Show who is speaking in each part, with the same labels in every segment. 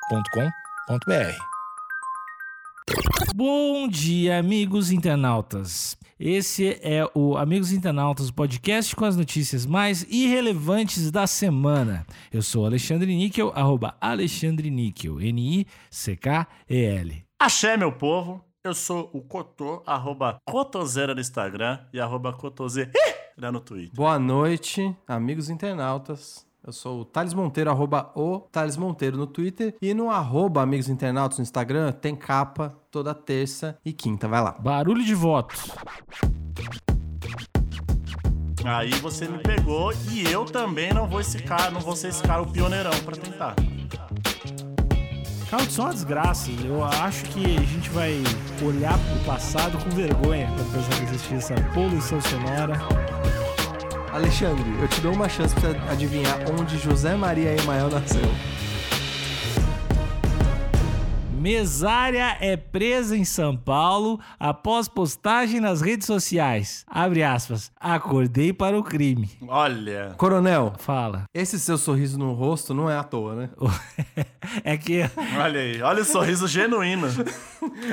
Speaker 1: agenciadepodcast.com.br.
Speaker 2: Bom dia, amigos internautas. Esse é o Amigos Internautas o podcast com as notícias mais irrelevantes da semana. Eu sou Alexandre Níquel, arroba Alexandre Níquel, N-I-C-K-E-L.
Speaker 3: Axé, meu povo. Eu sou o Cotô, arroba Cotoseira no Instagram e arroba Cotoseira no Twitter.
Speaker 4: Boa noite, amigos internautas. Eu sou o Thales Monteiro, arroba o Thales Monteiro no Twitter. E no arroba Amigos Internautas no Instagram tem capa toda terça e quinta. Vai lá.
Speaker 2: Barulho de voto.
Speaker 3: Aí você me pegou e eu também não vou esse cara, não vou ser esse cara o pioneirão pra tentar.
Speaker 2: Cara, são é uma desgraça. Eu acho que a gente vai olhar pro passado com vergonha quando pensar que existia essa poluição sonora.
Speaker 4: Alexandre, eu te dou uma chance pra adivinhar onde José Maria Emael nasceu.
Speaker 2: Mesária é presa em São Paulo após postagem nas redes sociais. Abre aspas. Acordei para o crime.
Speaker 3: Olha,
Speaker 4: Coronel,
Speaker 2: Fala.
Speaker 4: esse seu sorriso no rosto não é à toa, né?
Speaker 2: É que,
Speaker 3: olha aí, olha o sorriso genuíno.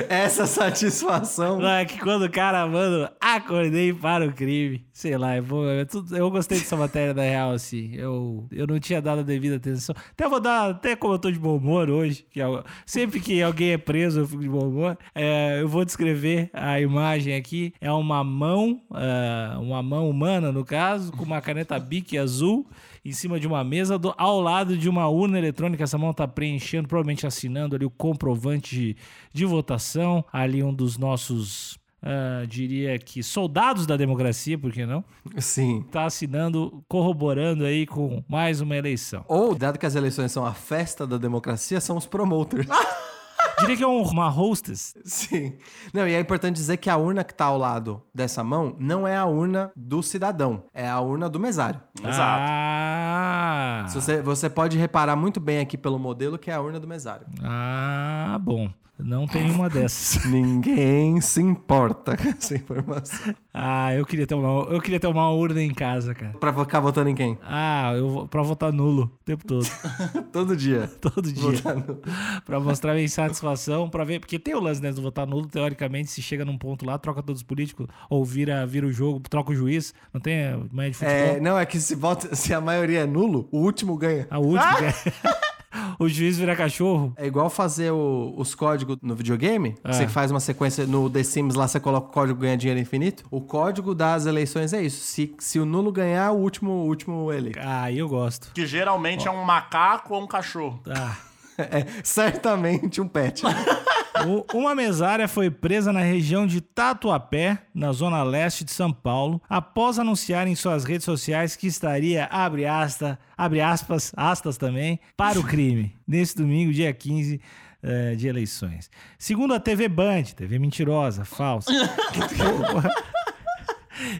Speaker 4: Essa satisfação.
Speaker 2: não, é que quando o cara manda acordei para o crime, sei lá, é bom, é tudo- eu gostei dessa matéria na real, assim. Eu, eu não tinha dado a devida atenção. Até vou dar, até como eu tô de bom humor hoje, que eu- sempre que alguém é preso eu fico de bom humor, é, eu vou descrever a imagem aqui. É uma mão, ah, uma mão humana no caso, com uma caneta bic azul em cima de uma mesa, do- ao lado de uma urna eletrônica. Essa mão tá preenchendo, provavelmente assinando ali o comprovante de, de votação. Ali um dos nossos, ah, diria que soldados da democracia, por que não?
Speaker 4: Sim.
Speaker 2: Tá assinando, corroborando aí com mais uma eleição.
Speaker 4: Ou, dado que as eleições são a festa da democracia, são os promoters.
Speaker 2: Diria que é um- uma hostess.
Speaker 4: Sim. Não, e é importante dizer que a urna que tá ao lado dessa mão não é a urna do cidadão, é a urna do mesário.
Speaker 3: Exato.
Speaker 2: Ah,
Speaker 4: Se Você, você pode reparar muito bem aqui pelo modelo que é a urna do mesário.
Speaker 2: ah bom. Não tem uma dessas.
Speaker 4: Ninguém se importa com essa informação.
Speaker 2: Ah, eu queria ter uma, eu queria ter uma urna em casa, cara.
Speaker 4: Pra ficar votando em quem?
Speaker 2: Ah, eu vou pra votar nulo o tempo todo.
Speaker 4: Todo dia.
Speaker 2: todo dia.
Speaker 4: Votar no-
Speaker 2: pra mostrar minha insatisfação, pra ver. Porque tem o lance né, do votar nulo, teoricamente, se chega num ponto lá, troca todos os políticos, ou vira, vira o jogo, troca o juiz. Não tem é, média de futebol.
Speaker 4: É, não, é que se, vota, se a maioria é nulo, o último ganha.
Speaker 2: A última. que é- o juiz vira cachorro.
Speaker 4: É igual fazer o- os códigos no videogame. que Você faz uma sequência no The Sims lá, você coloca o código ganha dinheiro infinito. O código das eleições é isso. Se, se o nulo ganhar, o último, o último é eleito.
Speaker 2: Ah, eu gosto.
Speaker 3: Que geralmente é um macaco ou um cachorro.
Speaker 2: Ah.
Speaker 4: É certamente um pet.
Speaker 2: O- Uma mesária foi presa na região de Tatuapé, na zona leste de São Paulo, após anunciar em suas redes sociais que estaria, abre asta, abre aspas, astas também, para o crime, nesse domingo, dia 15 eh, de eleições. Segundo a TV Band, TV mentirosa, falsa.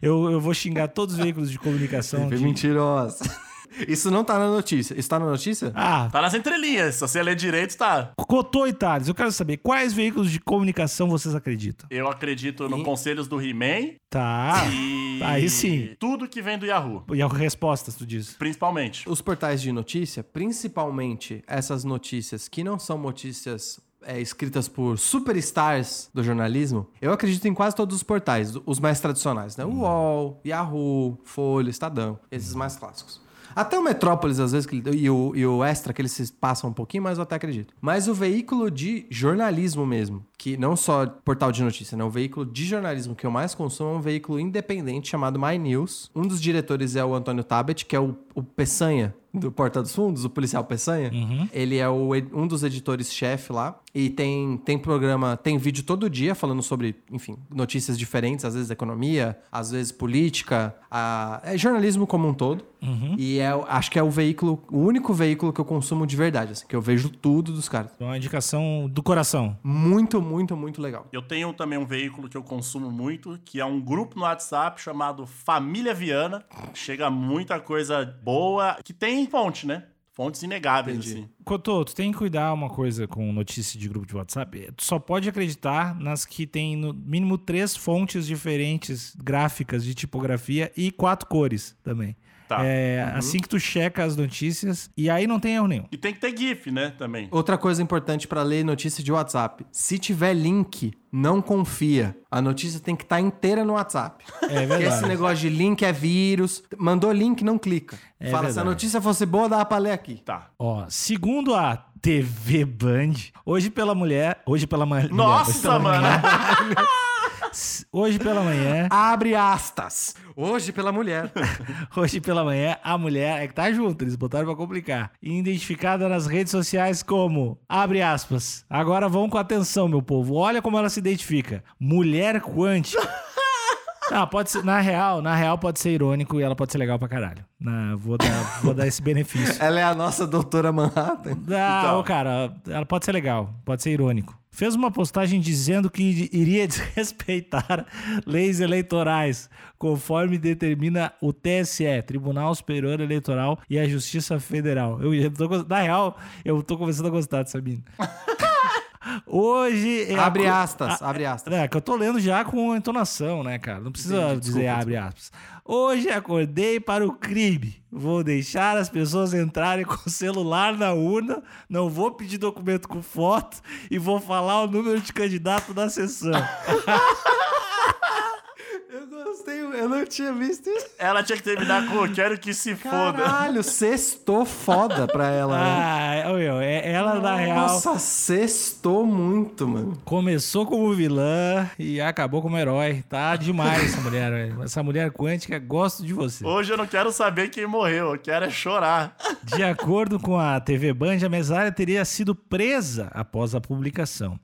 Speaker 2: Eu, eu vou xingar todos os veículos de comunicação.
Speaker 4: Foi
Speaker 2: de-
Speaker 4: mentirosa. Isso não tá na notícia. Isso tá na notícia?
Speaker 2: Ah,
Speaker 3: Tá nas entrelinhas, se você ler direito, tá.
Speaker 2: Cotô e Thales, eu quero saber quais veículos de comunicação vocês acreditam.
Speaker 3: Eu acredito no Conselhos do He-Man
Speaker 2: Tá.
Speaker 3: e.
Speaker 2: Aí sim.
Speaker 3: Tudo que vem do Yahoo,
Speaker 2: E as respostas, tu diz.
Speaker 3: principalmente.
Speaker 4: Os portais de notícia, principalmente essas notícias que não são notícias é, escritas por superstars do jornalismo, eu acredito em quase todos os portais, os mais tradicionais, né? UOL, Yahoo, Folha, Estadão, esses mais clássicos. Até o Metrópolis, às vezes, que ele- e, o, e o Extra, que eles se passam um pouquinho, mas eu até acredito. Mas o veículo de jornalismo mesmo, que não só portal de notícia, né? O veículo de jornalismo que eu mais consumo é um veículo independente chamado My News. Um dos diretores é o Antônio Tabet, que é o, o Peçanha do Porta dos Fundos, o policial Peçanha. Ele é o ed- um dos editores-chefe lá. E tem, tem programa, tem vídeo todo dia falando sobre, enfim, notícias diferentes, às vezes da economia, às vezes política, a- é jornalismo como um todo. E é, o- acho que é o veículo, o único veículo que eu consumo de verdade, assim, que eu vejo tudo dos caras.
Speaker 2: É uma indicação do coração.
Speaker 4: Muito, muito, muito legal.
Speaker 3: Eu tenho também um veículo que eu consumo muito, que é um grupo no WhatsApp chamado Família Viana. Chega muita coisa boa, que tem fonte, né? Fontes inegáveis,
Speaker 4: Entendi.
Speaker 3: assim.
Speaker 2: Cotô, tu tem que cuidar uma coisa com notícia de grupo de WhatsApp. É, Tu só pode acreditar nas que tem no mínimo três fontes diferentes gráficas de tipografia e quatro cores também.
Speaker 3: Tá.
Speaker 2: É, Assim que tu checa as notícias, e aí não tem erro nenhum.
Speaker 3: E tem que ter GIF, né, também.
Speaker 4: Outra coisa importante para ler notícia de WhatsApp. Se tiver link, não confia. A notícia tem que estar inteira no WhatsApp.
Speaker 2: É
Speaker 4: Porque esse
Speaker 2: verdade.
Speaker 4: negócio de link é vírus. Mandou link, não clica.
Speaker 2: É
Speaker 4: Fala, se a
Speaker 2: verdade.
Speaker 4: notícia fosse boa, dá pra ler aqui.
Speaker 3: Tá.
Speaker 2: Ó, segundo a TV Band, hoje pela mulher, hoje pela ma- mulher, hoje
Speaker 3: Nossa,
Speaker 4: Então,
Speaker 2: pela
Speaker 3: mano.
Speaker 2: manhã,
Speaker 4: né?
Speaker 2: hoje pela manhã,
Speaker 4: Abre astas. Hoje pela mulher.
Speaker 2: hoje pela manhã, a mulher é que tá junto, eles botaram pra complicar. Identificada nas redes sociais como, abre aspas, agora vão com atenção, meu povo, olha como ela se identifica, mulher quântica. Ah, pode ser, na real, na real pode ser irônico e ela pode ser legal pra caralho. Na, vou, dar, vou dar esse benefício.
Speaker 4: Ela é a nossa doutora Manhattan.
Speaker 2: Ah,
Speaker 3: Então.
Speaker 2: ô, cara, ela pode ser legal, pode ser irônico. Fez uma postagem dizendo que iria desrespeitar leis eleitorais, conforme determina o TSE, Tribunal Superior Eleitoral e a Justiça Federal. Eu, eu tô, gos- na real, eu tô começando a gostar dessa mina. Hoje. é a
Speaker 4: Abre
Speaker 2: co-
Speaker 4: astas,
Speaker 2: a-
Speaker 4: abre astas.
Speaker 2: É, que eu tô lendo já com entonação, né, cara? Não precisa
Speaker 4: Entendi,
Speaker 2: dizer
Speaker 4: desculpa,
Speaker 2: abre aspas. Hoje acordei para o crime. Vou deixar as pessoas entrarem com o celular na urna, não vou pedir documento com foto e vou falar o número de candidato da sessão.
Speaker 4: Eu gostei, eu não tinha visto isso.
Speaker 3: Ela tinha que terminar com quero que se foda.
Speaker 4: Caralho, sextou foda pra ela. né?
Speaker 2: ah, meu, é- ela na real
Speaker 4: Nossa, sextou muito, mano.
Speaker 2: começou como vilã e acabou como herói. Tá demais essa mulher, velho. Essa mulher quântica, gosto de você.
Speaker 3: Hoje eu não quero saber quem morreu, eu quero é chorar.
Speaker 2: De acordo com a TV Band, a mesária teria sido presa após a publicação.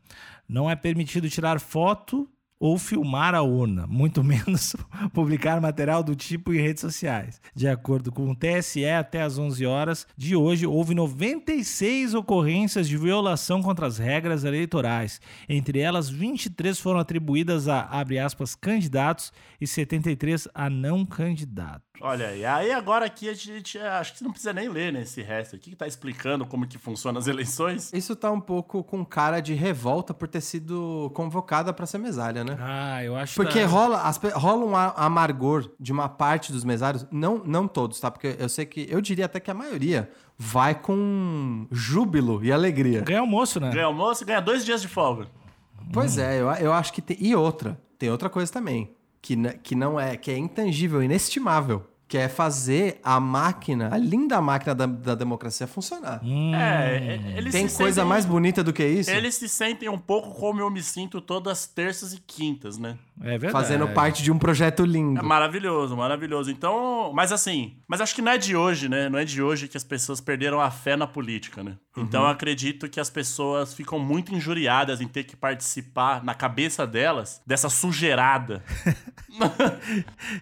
Speaker 2: Não é permitido tirar foto ou filmar a urna, muito menos publicar material do tipo em redes sociais. De acordo com o TSE, até às 11 horas de hoje, houve 96 ocorrências de violação contra as regras eleitorais. Entre elas, 23 foram atribuídas a, abre aspas, candidatos e 73 a não candidatos.
Speaker 3: Olha aí, aí agora aqui a gente é, acho que não precisa nem ler nesse resto aqui que tá explicando como que funciona as eleições.
Speaker 4: Isso tá um pouco com cara de revolta por ter sido convocada pra ser mesária, né?
Speaker 2: Ah, eu acho
Speaker 4: Porque rola, as pe- rola um a- amargor de uma parte dos mesários, não, não todos, tá? Porque eu sei que, eu diria até que a maioria vai com júbilo e alegria.
Speaker 2: Ganhar almoço, né?
Speaker 3: Ganha almoço e ganha dois dias de folga.
Speaker 4: Pois é, eu, eu acho que tem. E outra, tem outra coisa também, que, n- que não é, que é intangível, inestimável, que é fazer a máquina, a linda máquina da, da democracia funcionar.
Speaker 3: É, é, eles
Speaker 4: Tem
Speaker 3: se
Speaker 4: coisa
Speaker 3: sentem-
Speaker 4: mais bonita do que isso?
Speaker 3: Eles se sentem um pouco como eu me sinto todas as terças e quintas, né?
Speaker 2: É verdade.
Speaker 4: Fazendo parte de um projeto
Speaker 3: É
Speaker 4: lindo.
Speaker 3: maravilhoso, maravilhoso. Então, mas assim, mas acho que não é de hoje, né? Não é de hoje que as pessoas perderam a fé na política, né?
Speaker 2: Uhum.
Speaker 3: Então eu acredito que as pessoas ficam muito injuriadas em ter que participar na cabeça delas dessa sujeirada.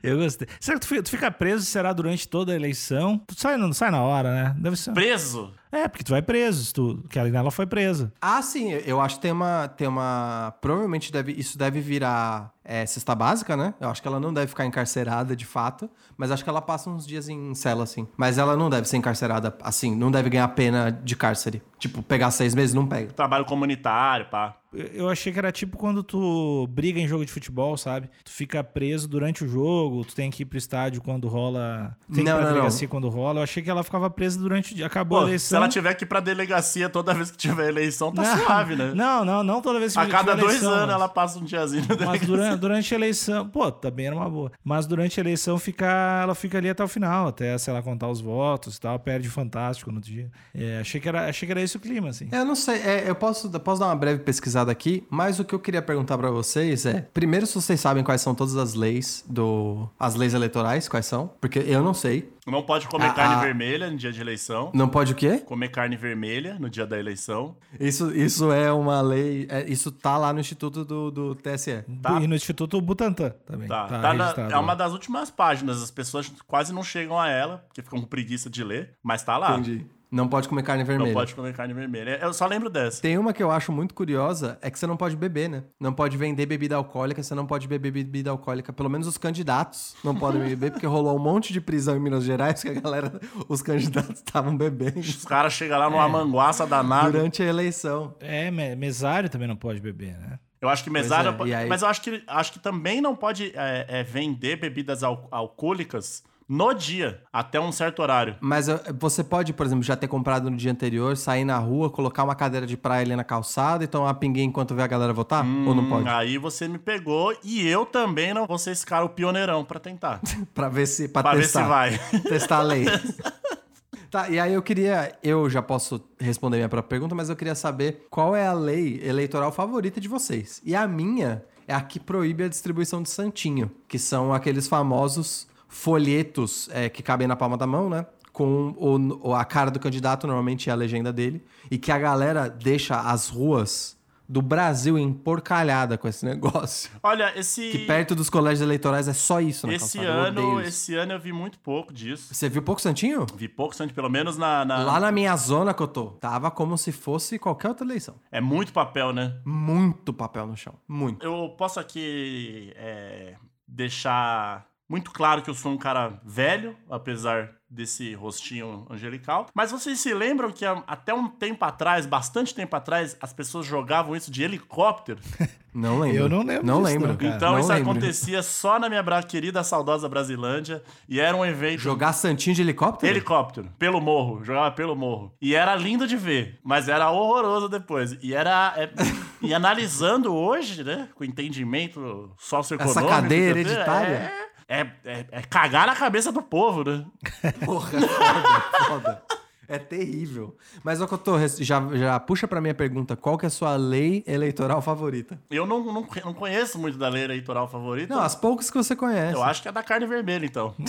Speaker 2: Eu gostei. Será que tu fica, tu fica preso, será, durante toda a eleição? Tu sai, não sai na hora, né? Deve ser.
Speaker 3: Preso?
Speaker 2: É, porque tu vai preso. se Tu... Que a Linela foi presa.
Speaker 4: Ah, sim, eu- eu acho que tem uma. Tem uma provavelmente deve, isso deve virar é, cesta básica, né? Eu acho que ela não deve ficar encarcerada de fato, mas acho que ela passa uns dias em cela, assim. Mas ela não deve ser encarcerada assim, não deve ganhar pena de cárcere. Tipo, pegar seis meses, não pega.
Speaker 3: Trabalho comunitário, pá.
Speaker 2: Eu- Eu achei que era tipo quando tu briga em jogo de futebol, sabe? Tu fica preso durante o jogo, tu tem que ir pro estádio quando rola. tu Tem
Speaker 4: Não,
Speaker 2: que ir pra
Speaker 4: não, não.
Speaker 2: delegacia quando rola. Eu achei que ela ficava presa durante o dia. Acabou a
Speaker 3: Pô,
Speaker 2: eleição.
Speaker 3: se ela tiver que ir pra delegacia toda vez que tiver eleição, tá suave, né?
Speaker 2: Não, não, não toda vez que
Speaker 3: A cada
Speaker 2: tiver
Speaker 3: dois
Speaker 2: eleição,
Speaker 3: anos
Speaker 2: mas-
Speaker 3: ela passa um diazinho na
Speaker 2: Mas
Speaker 3: delegacia.
Speaker 2: durante, durante a eleição, pô, também era uma boa. Mas durante a eleição fica, ela fica ali até o final, até se ela contar os votos e tal, perde o fantástico no outro dia. É, achei que era, achei que era esse o clima, assim.
Speaker 4: Eu não sei, é, eu posso, eu posso dar uma breve pesquisada aqui, mas o que eu queria perguntar pra vocês é, primeiro se vocês sabem quais são todas as leis do, as leis eleitorais, quais são? Porque eu não sei.
Speaker 3: Não pode comer
Speaker 4: Ah,
Speaker 3: carne
Speaker 4: ah.
Speaker 3: vermelha no dia de eleição.
Speaker 4: Não pode o quê?
Speaker 3: Comer carne vermelha no dia da eleição.
Speaker 4: Isso, isso é uma lei, é, isso tá lá no Instituto do, do TSE.
Speaker 3: Tá.
Speaker 2: E no Instituto Butantan também.
Speaker 3: Tá.
Speaker 2: Tá,
Speaker 3: Tá na-
Speaker 2: registrado.
Speaker 3: é uma das últimas páginas. As pessoas quase não chegam a ela, porque ficam com preguiça de ler, mas tá lá.
Speaker 4: Entendi. Não pode comer carne vermelha.
Speaker 3: Não pode comer carne vermelha. Eu só lembro dessa.
Speaker 4: Tem uma que eu acho muito curiosa, é que você não pode beber, né? Não pode vender bebida alcoólica, você não pode beber bebida alcoólica. Pelo menos os candidatos não podem beber, porque rolou um monte de prisão em Minas Gerais que a galera, os candidatos estavam bebendo
Speaker 3: Os caras chegam lá numa manguaça danada.
Speaker 4: É. durante a eleição.
Speaker 2: É, me- mesário também não pode beber, né?
Speaker 3: Eu acho que mesário.
Speaker 4: Pois é, e aí-
Speaker 3: Mas eu acho que, acho que também não pode é, é, vender bebidas al- alcoólicas no dia, até um certo horário.
Speaker 4: Mas eh, você pode, por exemplo, já ter comprado no dia anterior, sair na rua, colocar uma cadeira de praia ali na calçada e tomar pinguim enquanto vê a galera votar? Ou não pode?
Speaker 3: Hum, Aí você me pegou e eu também não vou ser esse cara, o pioneirão, pra tentar.
Speaker 4: Pra ver se. Pra,
Speaker 3: pra ver se
Speaker 4: testar.
Speaker 3: vai.
Speaker 4: testar a lei. Tá, e aí eu queria. Eu já posso responder minha própria pergunta, mas eu queria saber qual é a lei eleitoral favorita de vocês. E a minha é a que proíbe a distribuição de santinho, que são aqueles famosos folhetos é, que cabem na palma da mão, né? Com o- o- a cara do candidato, normalmente é a legenda dele, e que a galera deixa as ruas do Brasil emporcalhada com esse negócio.
Speaker 3: Olha, esse.
Speaker 4: Que perto dos colégios eleitorais é só isso, né?
Speaker 3: Esse ano, esse ano eu vi muito pouco disso.
Speaker 4: Você viu pouco santinho?
Speaker 3: Vi pouco, Sandy, pelo menos na. na-
Speaker 4: Lá na minha zona que eu tô, tava como se fosse qualquer outra eleição.
Speaker 3: É muito papel, né?
Speaker 4: Muito papel no chão. Muito.
Speaker 3: Eu posso aqui é, deixar muito claro que eu sou um cara velho, apesar desse rostinho angelical. Mas vocês se lembram que há- até um tempo atrás, bastante tempo atrás, as pessoas jogavam isso de helicóptero?
Speaker 4: Não lembro.
Speaker 1: Eu não lembro
Speaker 4: Não
Speaker 1: disso,
Speaker 4: lembro.
Speaker 1: não, cara.
Speaker 3: Então
Speaker 4: Não
Speaker 3: isso
Speaker 4: lembro.
Speaker 3: acontecia só na minha bra- querida saudosa Brasilândia e era um evento
Speaker 4: Jogar santinho de helicóptero?
Speaker 3: Helicóptero, pelo morro, jogava pelo morro. E era lindo de ver, mas era horroroso depois. E era. é- e analisando hoje, né? Com entendimento socioeconômico.
Speaker 4: Essa cadeia
Speaker 3: entendeu?
Speaker 4: hereditária?
Speaker 3: É, é, é- é cagar na cabeça do povo, né?
Speaker 4: Porra, foda, foda. É terrível. Mas o que eu tô. Já, já puxa pra minha pergunta: qual que é a sua lei eleitoral favorita?
Speaker 3: Eu não, não, não conheço muito da lei eleitoral favorita.
Speaker 4: Não, as poucas que você conhece.
Speaker 3: Eu acho que é da carne vermelha, então.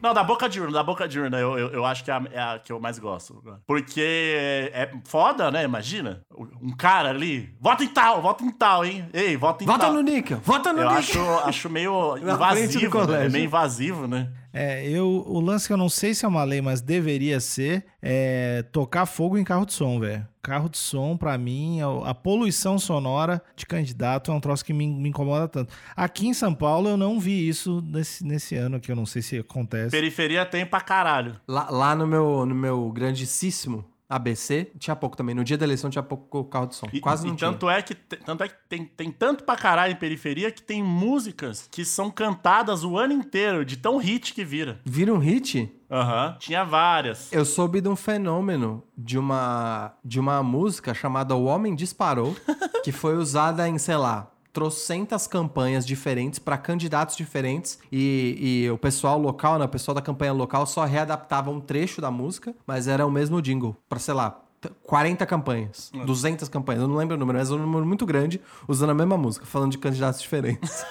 Speaker 3: Não, da boca de urna, da boca de urna, eu, eu, eu acho que é a, é a que eu mais gosto. Porque é, é foda, né? Imagina. Um cara ali, vota em tal, vota em tal, hein? Ei, vota em
Speaker 4: Vota
Speaker 3: tal.
Speaker 4: no níquel! Vota no
Speaker 3: tá. Eu
Speaker 4: níquel!
Speaker 3: acho, acho meio
Speaker 4: Na frente
Speaker 3: invasivo,
Speaker 4: do
Speaker 3: né? É
Speaker 4: colégio.
Speaker 3: meio invasivo, né?
Speaker 1: É, eu, o lance que eu não sei se é uma lei, mas deveria ser, é tocar fogo em carro de som, velho. Carro de som, pra mim, é a, a poluição sonora de candidato é um troço que me, me incomoda tanto. Aqui em São Paulo eu não vi isso nesse, nesse ano aqui, eu não sei se acontece.
Speaker 3: Periferia tem pra caralho.
Speaker 4: Lá, lá no, meu, no meu grandíssimo ABC, tinha pouco também. No dia da eleição tinha pouco carro de som.
Speaker 3: E,
Speaker 4: Quase
Speaker 3: e
Speaker 4: não tinha.
Speaker 3: tanto é que, te- tanto é que tem, tem tanto pra caralho em periferia que tem músicas que são cantadas o ano inteiro, de tão hit que vira.
Speaker 4: Vira um hit?
Speaker 3: Aham. Tinha várias.
Speaker 4: Eu soube de um fenômeno de uma, de uma música chamada O Homem Disparou, que foi usada em, sei lá, trocentas campanhas diferentes para candidatos diferentes e, e o pessoal local, né, o pessoal da campanha local só readaptava um trecho da música, mas era o mesmo jingle para, sei lá, t- 40 campanhas, 200 campanhas, eu não lembro o número, mas é um número muito grande usando a mesma música, falando de candidatos diferentes.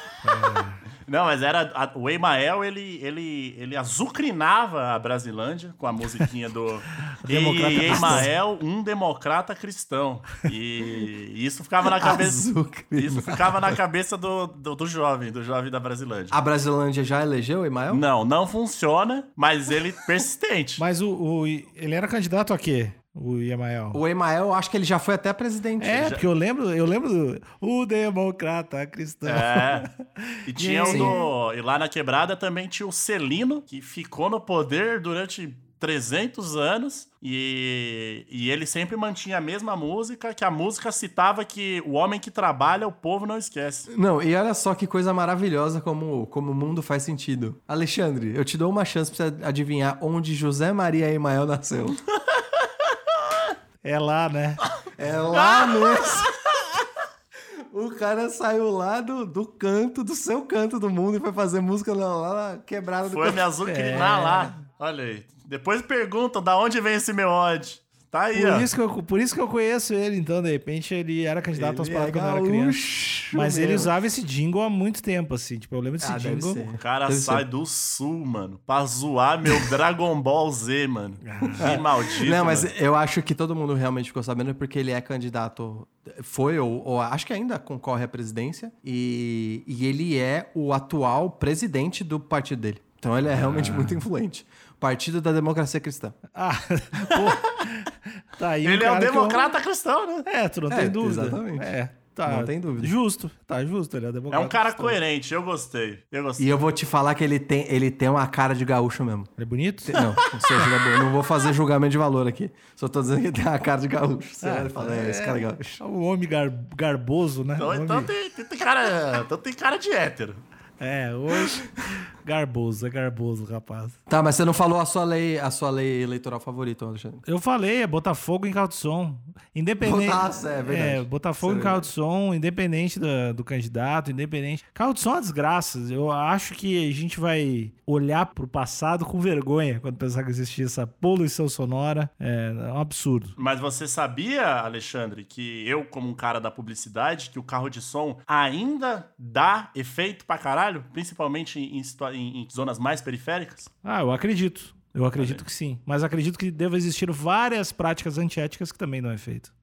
Speaker 3: Não, mas era. a- o Emael, ele, ele, ele azucrinava a Brasilândia com a musiquinha do.
Speaker 1: Democrata
Speaker 3: e
Speaker 1: cristão.
Speaker 3: Emael, um democrata cristão. E isso ficava na cabeça.
Speaker 4: Azucrinava.
Speaker 3: Isso ficava na cabeça do, do, do jovem, do jovem da Brasilândia.
Speaker 4: A Brasilândia já elegeu, Emael?
Speaker 3: Não, não funciona, mas ele persistente.
Speaker 1: Mas o, o- ele era candidato a quê, o Iamael?
Speaker 4: O Emael, acho que ele já foi até presidente.
Speaker 1: É, porque eu lembro, eu lembro do o democrata cristão.
Speaker 3: É. E tinha o
Speaker 4: Sim.
Speaker 3: do, E lá na quebrada também tinha o Celino, que ficou no poder durante 300 anos. E, e ele sempre mantinha a mesma música, que a música citava que o homem que trabalha, o povo não esquece.
Speaker 4: Não, e olha só que coisa maravilhosa como, como o mundo faz sentido. Alexandre, eu te dou uma chance pra você adivinhar onde José Maria Emael nasceu.
Speaker 1: É lá, né?
Speaker 4: É lá mesmo. O cara saiu lá do, do canto, do seu canto do mundo e foi fazer música lá, lá na quebrada do
Speaker 3: Foi me
Speaker 4: canto.
Speaker 1: É.
Speaker 3: azucrinar lá. Olha aí. Depois perguntam da onde vem esse meu ódio. Tá aí, ó.
Speaker 1: Por isso, que eu, por isso que eu conheço ele, então, de repente, ele era candidato aos
Speaker 4: Ele é
Speaker 1: paradas quando eu era criança.
Speaker 4: gaúcho
Speaker 1: Mas ele
Speaker 4: mesmo.
Speaker 1: usava esse jingle há muito tempo, assim. Tipo, eu lembro desse
Speaker 4: Ah, deve
Speaker 1: jingle.
Speaker 4: ser.
Speaker 3: O cara
Speaker 4: Deve
Speaker 3: sai
Speaker 4: ser.
Speaker 3: do sul, mano, pra zoar meu Dragon Ball Z, mano. Que maldito.
Speaker 4: Não, mas
Speaker 3: mano.
Speaker 4: eu acho que todo mundo realmente ficou sabendo porque ele é candidato. Foi, ou, ou acho que ainda concorre à presidência. E, e ele é o atual presidente do partido dele. Então ele é realmente muito influente. Partido da Democracia Cristã.
Speaker 1: Ah, pô. Tá aí um
Speaker 3: Ele é um
Speaker 1: cara que eu-
Speaker 3: democrata cristão, né?
Speaker 1: É, tu não
Speaker 4: É,
Speaker 1: tem dúvida.
Speaker 4: exatamente.
Speaker 1: É, tá.
Speaker 4: Não tem dúvida.
Speaker 1: Justo, tá justo, ele é um
Speaker 3: É
Speaker 1: democrata.
Speaker 3: um cara
Speaker 1: cristão.
Speaker 3: coerente, eu gostei. Eu gostei.
Speaker 4: E eu vou te falar que ele tem, ele tem uma cara de gaúcho mesmo.
Speaker 1: Ele é bonito?
Speaker 4: Te- Não, não, sei, eu não vou fazer julgamento de valor aqui. Só tô dizendo que ele tem uma cara de gaúcho. Você olha e fala, é, esse cara é gaúcho.
Speaker 1: É um homem gar- garboso, né?
Speaker 3: Então,
Speaker 1: Um homem-
Speaker 3: então tem, tem- tem cara, então tem cara de hétero.
Speaker 2: É, hoje. Garboso, é garboso, rapaz.
Speaker 4: Tá, mas você não falou a sua lei, a sua lei eleitoral favorita, Alexandre.
Speaker 2: Eu falei, é Botafogo em carro de som. Independente.
Speaker 4: Botaço, é verdade.
Speaker 2: Botafogo
Speaker 4: Isso
Speaker 2: em
Speaker 4: é
Speaker 2: carro de som, independente da- do, candidato, independente. Carro de som é uma desgraça. Eu acho que a gente vai olhar pro passado com vergonha quando pensar que existia essa poluição sonora. É, é um absurdo.
Speaker 3: Mas você sabia, Alexandre, que eu, como um cara da publicidade, que o carro de som ainda dá efeito pra caralho? Principalmente em, situa- em- em zonas mais periféricas?
Speaker 2: Ah, eu acredito. Eu acredito que sim. Mas acredito que deva existir várias práticas antiéticas que também não é feito.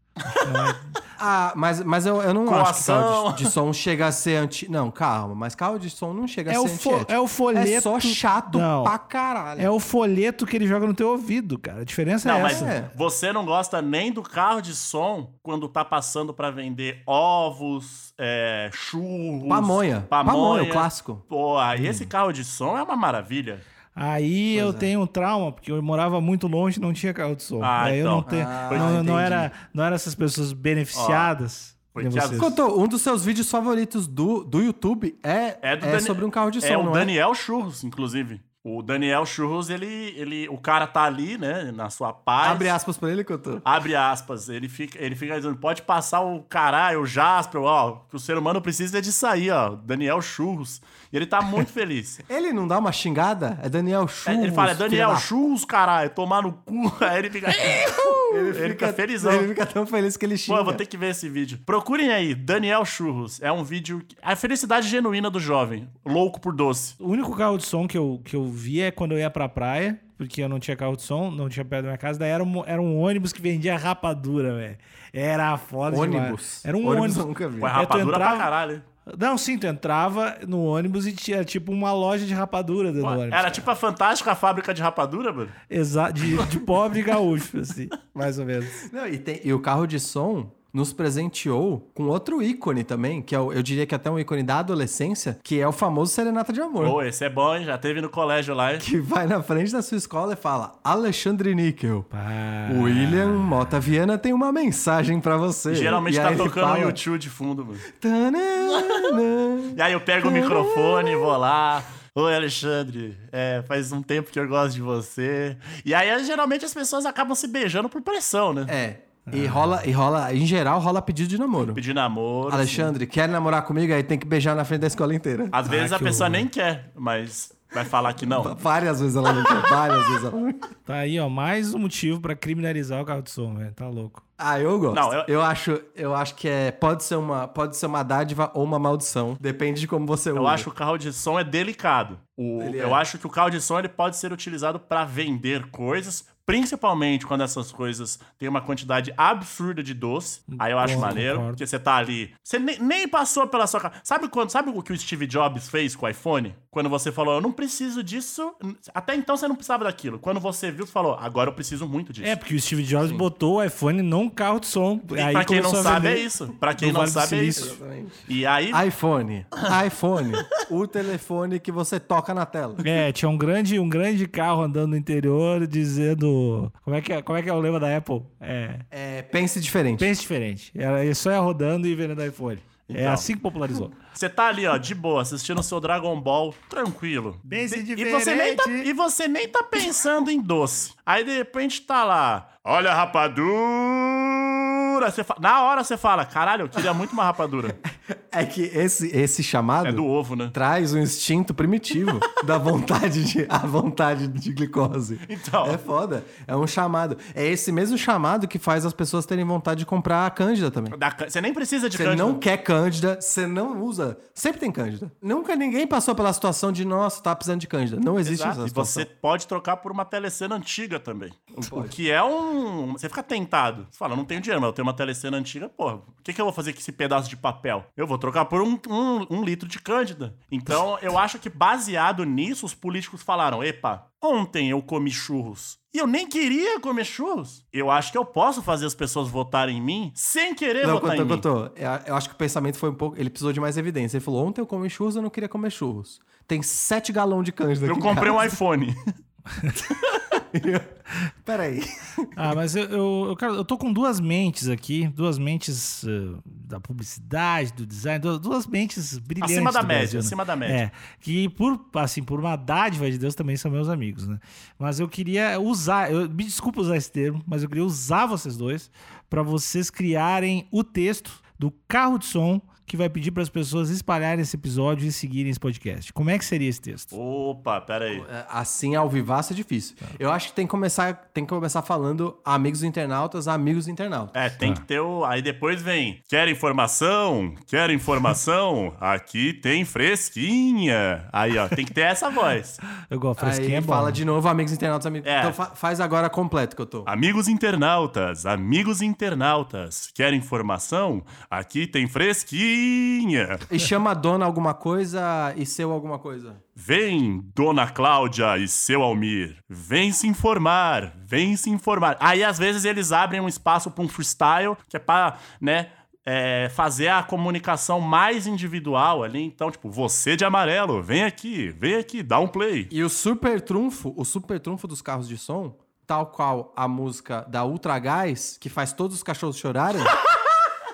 Speaker 4: Ah, mas, mas eu, eu não acho que
Speaker 3: Coação.
Speaker 4: carro de, de som chega a ser anti... Não, calma, mas carro de som não chega
Speaker 2: É
Speaker 4: a
Speaker 2: o,
Speaker 4: ser
Speaker 2: fo-
Speaker 4: antiético.
Speaker 2: é o folheto.
Speaker 4: É só chato
Speaker 2: Não.
Speaker 4: pra caralho.
Speaker 2: É o folheto que ele joga no teu ouvido, cara. A diferença
Speaker 3: Não,
Speaker 2: é
Speaker 3: mas
Speaker 2: essa.
Speaker 4: É.
Speaker 3: você não gosta nem do carro de som quando tá passando pra vender ovos, é, churros.
Speaker 4: Pamonha.
Speaker 3: Pamonha.
Speaker 4: Pamonha, o clássico. Hum.
Speaker 3: Pô, aí esse carro de som é uma maravilha.
Speaker 2: Aí eu
Speaker 4: é.
Speaker 2: tenho um trauma, porque eu morava muito longe e não tinha carro de som.
Speaker 3: Ah,
Speaker 2: Aí eu
Speaker 3: então.
Speaker 2: não tenho.
Speaker 4: Ah,
Speaker 2: não, não
Speaker 4: entendi.
Speaker 2: era, não era essas pessoas beneficiadas.
Speaker 3: Ó,
Speaker 2: nem
Speaker 3: foi
Speaker 2: vocês.
Speaker 3: de
Speaker 4: Contou, um dos seus vídeos favoritos do, do YouTube é, é,
Speaker 3: É do Dani-
Speaker 4: sobre um carro de som,
Speaker 3: é o
Speaker 4: não
Speaker 3: Daniel Churros, inclusive. O Daniel Churros, ele, ele. O cara tá ali, né? Na sua
Speaker 4: é?
Speaker 3: paz.
Speaker 4: Abre aspas pra ele, Cotô.
Speaker 3: Abre aspas, ele fica, ele fica dizendo, pode passar o caralho, o Jasper, ó, que o ser humano precisa é de sair, ó, Daniel Churros. E ele tá muito feliz.
Speaker 4: Ele não dá uma xingada? É Daniel Churros.
Speaker 3: ele fala, é
Speaker 4: filho
Speaker 3: Daniel
Speaker 4: da-
Speaker 3: Churros, caralho, é tomar no cu. Aí ele fica, ele fica, felizão.
Speaker 4: Ele fica tão feliz que ele
Speaker 3: Pô,
Speaker 4: xinga.
Speaker 3: eu vou ter que ver esse vídeo. Procurem aí, Daniel Churros. É um vídeo. que- A felicidade genuína do jovem, louco por doce.
Speaker 2: O único carro de som que eu, que eu via é quando eu ia pra praia, porque eu não tinha carro de som, não tinha perto da minha casa. Daí era um, era um ônibus que vendia rapadura, velho. Era foda
Speaker 4: Ônibus.
Speaker 2: Demais. Era um
Speaker 4: ônibus.
Speaker 2: ônibus.
Speaker 4: eu nunca vi.
Speaker 3: Pô, é
Speaker 2: tu
Speaker 3: rapadura pra
Speaker 2: entrava-
Speaker 3: caralho. hein?
Speaker 2: Não, sim, tu entrava no ônibus e tinha tipo uma loja de rapadura dentro
Speaker 3: Pô,
Speaker 2: do ônibus.
Speaker 3: Era tipo a fantástica fábrica de rapadura, mano.
Speaker 2: Exa de, de pobre gaúcho, assim, mais ou menos.
Speaker 4: Não, e, tem- e o carro de som nos presenteou com outro ícone também, que é o- eu diria que até um ícone da adolescência, que é o famoso Serenata de Amor.
Speaker 3: Pô, esse é bom, hein? Já teve no colégio lá, hein?
Speaker 4: Que vai na frente da sua escola e fala: Alexandre Níquel,
Speaker 2: Pá.
Speaker 4: William Mota Viana tem uma mensagem pra você.
Speaker 3: Geralmente
Speaker 4: E aí
Speaker 3: tá
Speaker 4: ele
Speaker 3: tocando o
Speaker 4: fala,
Speaker 3: YouTube de fundo, mano.
Speaker 4: "Tanana".
Speaker 3: E aí eu pego o microfone, vou lá. Oi, Alexandre. É, faz um tempo que eu gosto de você. E aí, eh, geralmente, as pessoas acabam se beijando por pressão, né?
Speaker 4: É. E rola, e rola, em geral, rola pedido de namoro.
Speaker 3: Pedir namoro. assim.
Speaker 4: Alexandre, quer namorar comigo? Aí tem que beijar na frente da escola inteira.
Speaker 3: Às vezes
Speaker 2: Ah,
Speaker 3: a
Speaker 2: que
Speaker 3: pessoa
Speaker 2: horror.
Speaker 3: nem quer, mas vai falar que não.
Speaker 4: Várias vezes ela não quer, várias vezes ela não quer.
Speaker 2: Tá aí, ó, mais um motivo pra criminalizar o carro de som, velho. Tá louco.
Speaker 4: Ah, eu gosto.
Speaker 3: Não,
Speaker 4: eu...
Speaker 3: eu-
Speaker 4: acho, eu acho que é, pode ser uma, pode ser uma dádiva ou uma maldição, depende de como você
Speaker 3: Eu
Speaker 4: usa.
Speaker 3: acho que o carro de som é delicado. O-
Speaker 4: Ele é.
Speaker 3: eu acho que o carro de som ele pode ser utilizado para vender coisas, principalmente quando essas coisas têm uma quantidade absurda de doce. Aí eu acho
Speaker 2: Concordo,
Speaker 3: maneiro,
Speaker 2: concordo.
Speaker 3: porque você tá ali. Você nem, nem passou pela sua casa. Sabe quando, sabe o que o Steve Jobs fez com o iPhone? Quando você falou, eu não preciso disso. Até então você não precisava daquilo. Quando você viu, você falou, agora eu preciso muito disso.
Speaker 2: É, porque o Steve Jobs botou o iPhone num carro de som.
Speaker 3: E
Speaker 2: aí
Speaker 3: pra quem não
Speaker 2: começou a
Speaker 3: sabe, é
Speaker 2: vender.
Speaker 3: isso. Pra quem
Speaker 2: do
Speaker 3: não
Speaker 2: Vale do
Speaker 3: sabe, é
Speaker 2: Silício.
Speaker 3: isso. E aí,
Speaker 4: iPhone, iPhone, o telefone que você toca na tela.
Speaker 2: É, tinha um grande, um grande carro andando no interior dizendo. Como é que é, como é, que é o lema da Apple? É.
Speaker 4: É, pense diferente.
Speaker 2: Pense diferente. Era ele só ia rodando e vendendo iPhone. É
Speaker 3: Então.
Speaker 2: assim que popularizou.
Speaker 3: Você tá ali, ó, de boa, assistindo o seu Dragon Ball, tranquilo.
Speaker 2: Pense
Speaker 3: e, você nem tá,
Speaker 2: diferente.
Speaker 3: e você nem tá pensando em doce. Aí de repente tá lá. Olha a rapadura! Você fa- Na hora você fala, caralho, eu queria muito uma rapadura.
Speaker 4: É que esse, esse chamado
Speaker 3: É do ovo, né?
Speaker 4: traz um instinto primitivo da vontade de, a vontade de glicose.
Speaker 3: Então.
Speaker 4: É foda. É um chamado. É esse mesmo chamado que faz as pessoas terem vontade de comprar a Cândida também.
Speaker 3: Da can- Você nem precisa de
Speaker 4: Você
Speaker 3: cândido.
Speaker 4: não quer Cândida, você não usa. Sempre tem Cândida. Nunca ninguém passou pela situação de, nossa, tá precisando de Cândida. Não existe
Speaker 3: Exato.
Speaker 4: essa
Speaker 3: E
Speaker 4: situação.
Speaker 3: você pode trocar por uma telecena antiga também. O- O que é um. Você fica tentado. Você fala, não tenho dinheiro, mas eu tenho uma telecena antiga, porra. O que, que eu vou fazer com esse pedaço de papel? Eu vou trocar por um, um, um litro de Cândida. Então, eu acho que baseado nisso, os políticos falaram: epa, ontem eu comi churros. E eu nem queria comer churros. Eu acho que eu posso fazer as pessoas votarem em mim sem querer
Speaker 4: Não,
Speaker 3: votar
Speaker 4: contou,
Speaker 3: em mim.
Speaker 4: contou. Eu, eu acho que o pensamento foi um pouco. Ele precisou de mais evidência. Ele falou: ontem eu comi churros, eu não queria comer churros. Tem sete galões de Cândida
Speaker 3: Eu
Speaker 4: aqui em
Speaker 3: comprei um
Speaker 4: casa.
Speaker 3: iPhone.
Speaker 4: Peraí.
Speaker 2: Ah, mas eu, eu, eu, cara, eu tô com duas mentes aqui, duas mentes eh, da publicidade, do design, du- duas mentes brilhantes.
Speaker 3: Acima da
Speaker 2: do
Speaker 3: média,
Speaker 2: Brasil, né?
Speaker 3: acima da média.
Speaker 2: É, que por, assim, por uma dádiva de Deus também são meus amigos, né? Mas eu queria usar, eu, me desculpa usar esse termo, mas eu queria usar vocês dois para vocês criarem o texto do carro de som que vai pedir para as pessoas espalharem esse episódio e seguirem esse podcast. Como é que seria esse texto?
Speaker 3: Opa, peraí.
Speaker 4: É, Assim, ao vivaço é difícil. Eu acho que tem que começar, tem que começar falando amigos internautas, amigos internautas.
Speaker 3: É, tem que ter o. Aí depois vem. Quer informação? Quer informação? Aqui tem fresquinha. Aí, ó, tem que ter essa voz.
Speaker 2: Eu gosto,
Speaker 4: Aí
Speaker 2: fresquinha é bom.
Speaker 4: fala
Speaker 2: né?
Speaker 4: de novo amigos internautas, amigos...
Speaker 3: É.
Speaker 4: Então fa- faz agora completo que eu tô.
Speaker 3: Amigos internautas, amigos internautas, quer informação? Aqui tem fresquinha.
Speaker 4: E chama a dona alguma coisa e seu alguma coisa.
Speaker 3: Vem, Dona Cláudia e seu Almir. Vem se informar, vem se informar. Aí, às vezes, eles abrem um espaço para um freestyle, que é para, né, é, fazer a comunicação mais individual ali. Então, tipo, você de amarelo, vem aqui, vem aqui, dá um play.
Speaker 4: E o super trunfo, o super trunfo dos carros de som, tal qual a música da Ultra Gás, que faz todos os cachorros chorarem.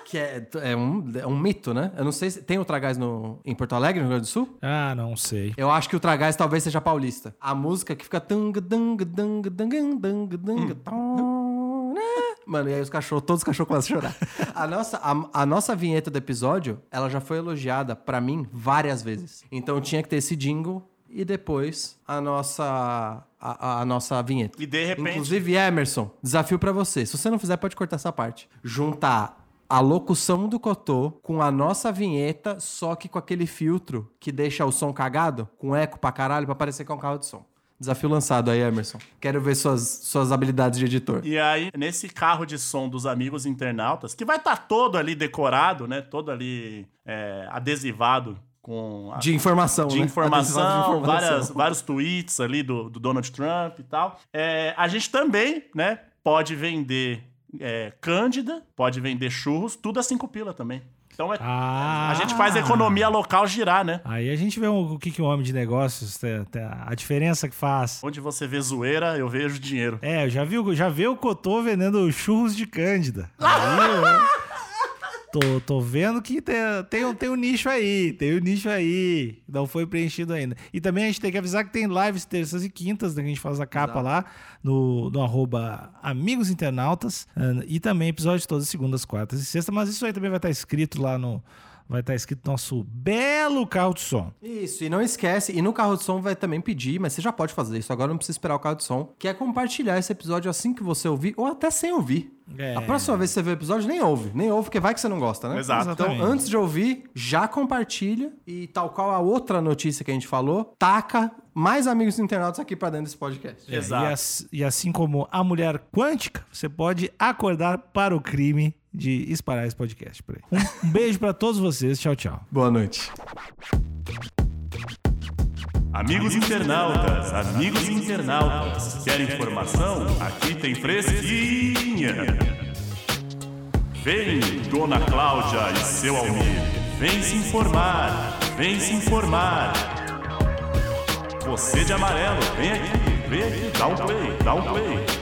Speaker 4: Que é, é um, é um mito, né? Eu não sei se tem Ultra Gás no, em Porto Alegre, no Rio Grande do Sul?
Speaker 2: Ah, não sei.
Speaker 4: Eu acho que o Tragás talvez seja paulista. A música que fica. tanga, danga, danga, danga, danga,
Speaker 3: Hum.
Speaker 4: danga, tom, né? Mano, e aí os cachorros, todos os cachorros começam a chorar. A nossa, a, a nossa vinheta do episódio, ela já foi elogiada pra mim várias vezes. Então tinha que ter esse jingle e depois a nossa, a, a- a nossa vinheta.
Speaker 3: E de repente-
Speaker 4: Inclusive, Emerson, desafio pra você. Se você não fizer, pode cortar essa parte. Juntar a locução do Cotô com a nossa vinheta, só que com aquele filtro que deixa o som cagado, com eco pra caralho, pra parecer que é um carro de som. Desafio lançado aí, Emerson. Quero ver suas, suas habilidades de editor.
Speaker 3: E aí, nesse carro de som dos amigos internautas, que vai estar todo ali decorado, né? Todo ali é, adesivado com a-
Speaker 4: De informação,
Speaker 3: de
Speaker 4: né?
Speaker 3: informação,
Speaker 4: Adesivado de informação.
Speaker 3: várias- vários tweets ali do, do Donald Trump e tal. É, a gente também, né, pode vender é, Cândida, pode vender churros, tudo a cinco pila também. Então é-
Speaker 2: Ah.
Speaker 3: a gente faz a economia local girar, né?
Speaker 2: Aí a gente vê o o que, que o homem de negócios, tem- tem a diferença que faz.
Speaker 3: Onde você vê zoeira, eu vejo dinheiro.
Speaker 2: É, eu já vi, o- já vi o Cotô vendendo churros de Cândida. Aí eu- tô, tô vendo que tem, tem, um- tem um nicho aí, tem um nicho aí. Não foi preenchido ainda. E também a gente tem que avisar que tem lives terças e quintas, né, que a gente faz a capa lá no, no arroba Amigos Internautas. eh, E também episódio todas as segundas, quartas e sextas. Mas isso aí também vai estar escrito lá no... Vai estar escrito nosso belo carro de som.
Speaker 4: Isso, e não esquece, e no carro de som vai também pedir, mas você já pode fazer isso, agora não precisa esperar o carro de som, que é compartilhar esse episódio assim que você ouvir, ou até sem ouvir.
Speaker 2: É.
Speaker 4: A próxima vez que você vê o episódio, nem ouve, nem ouve, porque vai que você não gosta, né?
Speaker 3: Exato.
Speaker 4: Então,
Speaker 2: Exatamente.
Speaker 4: antes de ouvir, já compartilha, e tal qual a outra notícia que a gente falou, taca mais amigos internautas aqui pra dentro desse podcast.
Speaker 3: É. Exato.
Speaker 2: E, as- e assim como a mulher quântica, você pode acordar para o crime de espalhar esse podcast por aí. Um beijo para todos vocês. Tchau, tchau.
Speaker 4: Boa noite.
Speaker 3: Amigos internautas, amigos internautas, quer informação? Aqui tem fresquinha. Vem, Dona Cláudia e seu Almir, vem se informar, vem se informar. Você de amarelo, vem aqui, vem aqui, dá um play, dá um play.